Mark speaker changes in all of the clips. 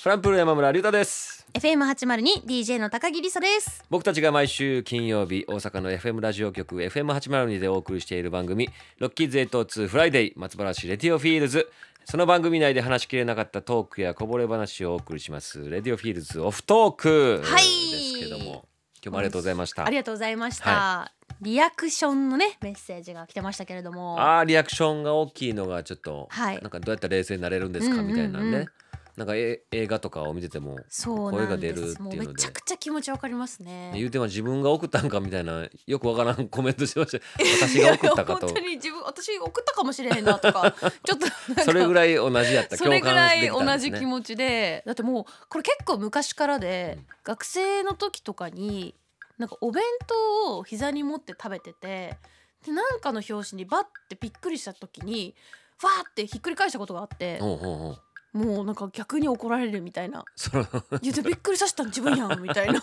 Speaker 1: トランプの山村隆太です
Speaker 2: FM802 DJ の高木理沙です
Speaker 1: 僕たちが毎週金曜日大阪の FM ラジオ局 FM802 でお送りしている番組「ロッキーズ802フライデー松原市レディオフィールズ」その番組内で話しきれなかったトークやこぼれ話をお送りします「レディオフィールズオフトーク」
Speaker 2: はい
Speaker 1: ですけども今日もありがとうございました。
Speaker 2: ありがとうございました、
Speaker 1: は
Speaker 2: リアクションのねメッセージが来てましたけれども
Speaker 1: あーリアクションが大きいのがちょっと、
Speaker 2: はい
Speaker 1: なんかどうやったら冷静になれるんですか、
Speaker 2: うんうんうん
Speaker 1: みたいなんねなんかえ映画とかを見てても
Speaker 2: そう
Speaker 1: 声
Speaker 2: な
Speaker 1: が
Speaker 2: ん
Speaker 1: 出
Speaker 2: で
Speaker 1: るっ
Speaker 2: す
Speaker 1: て
Speaker 2: もう
Speaker 1: いう
Speaker 2: め
Speaker 1: ので
Speaker 2: ちゃくちゃ気持ちわかりますね
Speaker 1: 言うては自分が送ったんかみたいなよくわからんコメントしてました私が送ったか
Speaker 2: いや 本
Speaker 1: と
Speaker 2: 当に自分私送ったかもしれへんなとかちょっと なんか
Speaker 1: それぐらい同じやった
Speaker 2: それ
Speaker 1: 共
Speaker 2: ぐ
Speaker 1: 感
Speaker 2: ら
Speaker 1: で
Speaker 2: い
Speaker 1: きたんで
Speaker 2: 同
Speaker 1: す
Speaker 2: じ気
Speaker 1: ね
Speaker 2: 持ちでだってもうこれ結構昔からで、学生の時とかになんかお弁当を膝に持って食べててでなんかの表紙にバッてびっくりした時にわーってひっくり返したことがあって
Speaker 1: ほうほうほう
Speaker 2: もうなんか逆に怒られるみ たいな
Speaker 1: そ の
Speaker 2: 「いやでびっくりさせたん自分やん」みた いな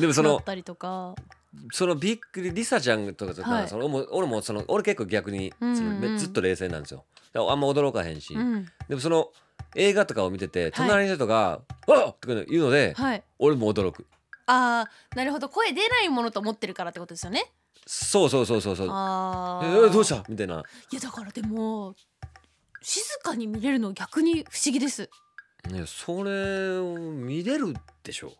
Speaker 1: でもそ
Speaker 2: な
Speaker 1: の
Speaker 2: ったりとか
Speaker 1: そのびっくりリサちゃんとかとか、
Speaker 2: はい
Speaker 1: その俺も俺もその俺結構逆にそ
Speaker 2: うんうん
Speaker 1: のめずっと冷静なんですよだからあんま驚かへんし、
Speaker 2: うん
Speaker 1: でもその映画とかを見てて隣の人が「わっ!」とか言うので、
Speaker 2: はい
Speaker 1: 俺も驚く
Speaker 2: あーなるほど声出ないものと思ってるからってことですよね
Speaker 1: そうそうそうそうそう
Speaker 2: あ
Speaker 1: え
Speaker 2: ー
Speaker 1: ーどうしたみたいない
Speaker 2: やだからでも静かに見れるの逆に不思議です
Speaker 1: ねそれを見れるでしょ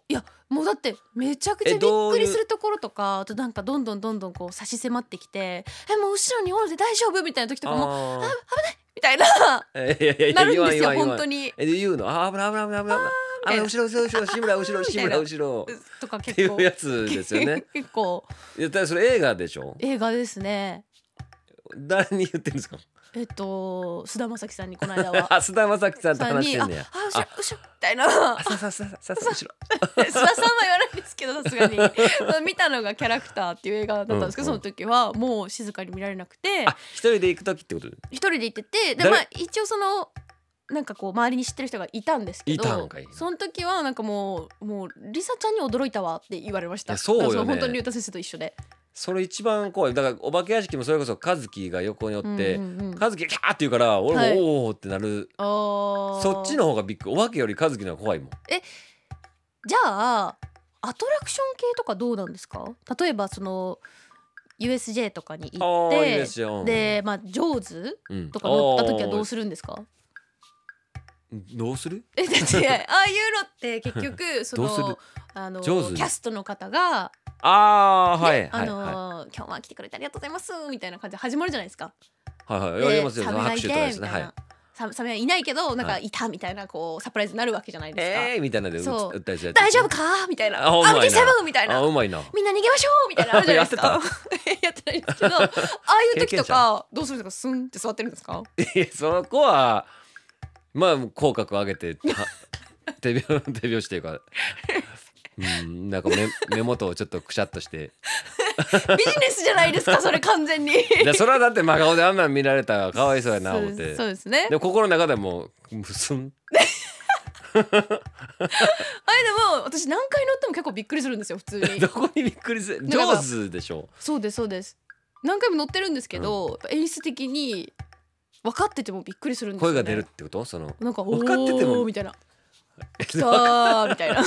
Speaker 2: もうだってめちゃくちゃび
Speaker 1: え
Speaker 2: っ
Speaker 1: どういう
Speaker 2: くりするところとかあとなんかどんどんどんどんこう差し迫ってきて「えもう後ろにおるで大丈夫?」みたいな時とかも
Speaker 1: あ
Speaker 2: みた いな
Speaker 1: ーいやいやいや
Speaker 2: なる
Speaker 1: 言
Speaker 2: んですよ
Speaker 1: わ言わ
Speaker 2: 本当に。
Speaker 1: えで言うのあー危ない危ない危ない危ない
Speaker 2: あー
Speaker 1: あー後ろ後ろ後ろ志村後ろ
Speaker 2: みた
Speaker 1: 志
Speaker 2: い
Speaker 1: 村
Speaker 2: な
Speaker 1: 後ろ
Speaker 2: とか
Speaker 1: って
Speaker 2: 結
Speaker 1: い
Speaker 2: 構
Speaker 1: うやつですよね
Speaker 2: 結構
Speaker 1: いやだからそれ映画でしょ
Speaker 2: 映画ですね。
Speaker 1: 誰に言ってるんですか
Speaker 2: えっと菅田将暉さんにこの間 は。
Speaker 1: あ須田将暉さんと
Speaker 2: さん
Speaker 1: 話し
Speaker 2: に
Speaker 1: て
Speaker 2: ああ
Speaker 1: んねや
Speaker 2: 後ろ
Speaker 1: あ
Speaker 2: 後ろみたいな
Speaker 1: あさささささ後ろ
Speaker 2: 菅田さんは言わないですけどさすがに 見たのが「キャラクター」っていう映画だったんですけど、
Speaker 1: うんうん
Speaker 2: その時はもう静かに見られなくて
Speaker 1: あ一人で行く時ってこと
Speaker 2: 一人で行っててで
Speaker 1: 誰
Speaker 2: まあ一応そのなんかこう周りに知ってる人がいたんですけ
Speaker 1: いたん
Speaker 2: ど
Speaker 1: かい
Speaker 2: その時はなんかもうもうリサちゃんに驚いたわって言われまし
Speaker 1: い
Speaker 2: た
Speaker 1: やそうよね
Speaker 2: だから本当に竜太先生と一緒で
Speaker 1: それ一番怖いだからお化け屋敷もそれこそ和樹が横におって
Speaker 2: うんうんうん
Speaker 1: 和樹がキャーって言うから俺も
Speaker 2: はい
Speaker 1: おーおーってなる
Speaker 2: あー
Speaker 1: そっちの方がびっくりお化けより和樹の方が怖いもん
Speaker 2: じゃあアトラクション系とかどうなんですか例えばその USJ とかに
Speaker 1: あ
Speaker 2: 行っ
Speaker 1: ーいい
Speaker 2: て
Speaker 1: ですよ
Speaker 2: でまあジョーズ
Speaker 1: うん
Speaker 2: とか乗った時
Speaker 1: あ
Speaker 2: は
Speaker 1: ー
Speaker 2: どうするんですか
Speaker 1: どうする
Speaker 2: えだってああいうのって結 局そ
Speaker 1: どうする
Speaker 2: のあのキ
Speaker 1: 上手
Speaker 2: ャストの方が
Speaker 1: ああーはい
Speaker 2: ねあ
Speaker 1: はい
Speaker 2: のー
Speaker 1: は
Speaker 2: 今日は来てくれてありがとうございますみたいな感じで始まるじゃないですか。
Speaker 1: いはいはい
Speaker 2: で
Speaker 1: やりますよ
Speaker 2: サメがい
Speaker 1: 拍手
Speaker 2: てみ
Speaker 1: と
Speaker 2: た
Speaker 1: か
Speaker 2: い
Speaker 1: ですねはい
Speaker 2: な。ササメはいないけどなん
Speaker 1: は
Speaker 2: かいたみたいなこうサプライズになるわけじゃないですか。
Speaker 1: えーみたいなので打つ
Speaker 2: そ
Speaker 1: 打
Speaker 2: う
Speaker 1: ったりするやつ
Speaker 2: 大丈夫かみたいな。
Speaker 1: あほんまや
Speaker 2: あ
Speaker 1: な
Speaker 2: うちセブンみたい
Speaker 1: あ
Speaker 2: な。
Speaker 1: うまいな
Speaker 2: みんな逃げましょうみたいなのあるじゃないです
Speaker 1: や
Speaker 2: か。 やってないですけど、ああいう時とかどうするんですか。スンって座ってるんですか。
Speaker 1: いや そこはまあ口角上げ ては手拍手拍子というかうんなんか目目元をちょっとくしゃっとして
Speaker 2: ビジネスじゃないですか。それ完全に。
Speaker 1: でそれはだって真顔であんなん見られたらかわいそうやな思っ
Speaker 2: そう
Speaker 1: て
Speaker 2: そうですね。
Speaker 1: でも心の中でもうすん
Speaker 2: あれでも私何回乗っても結構びっくりするんですよ。普通 に
Speaker 1: ど。こにびっくりする
Speaker 2: だから
Speaker 1: 上手でしょ
Speaker 2: そうですそうです何回も乗ってるんですけど、やっぱ演出的に分かっててもびっくりするんですよ、
Speaker 1: 声
Speaker 2: ね、
Speaker 1: が出るってことその
Speaker 2: なんか
Speaker 1: 分かってても
Speaker 2: おーみた いな来たーみたいな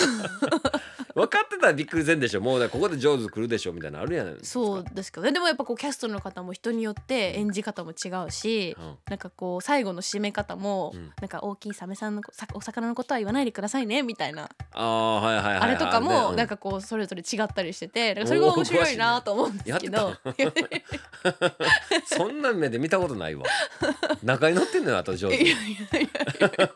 Speaker 1: 分かってたらびっくりせんでしょもうだからここで上手来るでしょみたいなのあるやん
Speaker 2: そうですけどねでもやっぱこうキャストの方も人によって演じ方も違うし、
Speaker 1: うん
Speaker 2: なんかこう最後の締め方も、
Speaker 1: うん
Speaker 2: なんか大きいサメさんのこさお魚のことは言わないでくださいねみたいな、
Speaker 1: ああはいはいはいはい
Speaker 2: あれとか
Speaker 1: ね
Speaker 2: も
Speaker 1: う
Speaker 2: なんかこうそれぞれ違ったりしててなんかそれが面白いなと思うんですけ
Speaker 1: お
Speaker 2: ど、
Speaker 1: そんな目で見たこと ないわ中に乗ってんのよあと上
Speaker 2: いやい
Speaker 1: 手
Speaker 2: やいや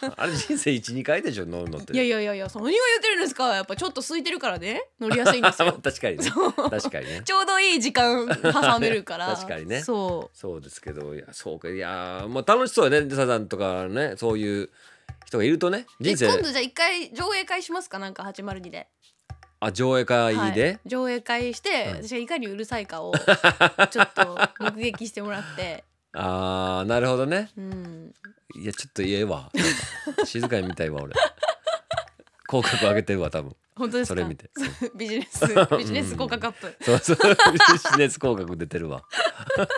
Speaker 1: まああれ人生12回でしょ乗るのって
Speaker 2: いやいやいやいや、その何を言ってるんですか。やっぱちょっと空いてるからね、乗りやすいんです
Speaker 1: あまあ
Speaker 2: よ。
Speaker 1: 確かにね
Speaker 2: そう
Speaker 1: 確かにね
Speaker 2: ちょうどいい時間挟めるから。
Speaker 1: 確かにね
Speaker 2: そ
Speaker 1: そうですけどいやそうかいやーまあ楽しそうやねリサさんとかねそういう人がいるとね
Speaker 2: う。
Speaker 1: 人
Speaker 2: え
Speaker 1: 生
Speaker 2: 今度じゃあ一回上映会しますかなんか802で。
Speaker 1: あ上映会で、
Speaker 2: はい上映会して、
Speaker 1: うん
Speaker 2: 私がいかにうるさ いかをちょっと目撃してもらって、
Speaker 1: ああなるほどね
Speaker 2: うん、
Speaker 1: いやちょっとええわ静かに見たいわ 俺広角上げてるわ多分
Speaker 2: 本当で
Speaker 1: そ
Speaker 2: すか。
Speaker 1: れ見て
Speaker 2: ビジ ネスビジネス効果カップ。
Speaker 1: そうそうビジネス広角出てるわ
Speaker 2: は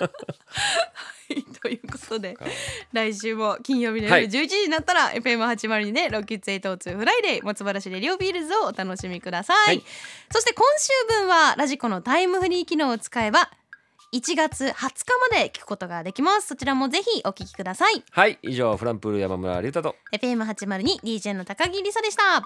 Speaker 2: い ということで
Speaker 1: か
Speaker 2: 来週も金曜日の夜
Speaker 1: はい
Speaker 2: 11時になったら、FM802 でロッキーツ802フライデー松原市でリオビールズをお楽しみください、
Speaker 1: はい
Speaker 2: そして今週分はラジコのタイムフリー機能を使えば1月20日まで聞くことができますそちらもぜひお聞きください
Speaker 1: はい以上フランプール山村隆太と
Speaker 2: FM802DJ の高木梨沙でした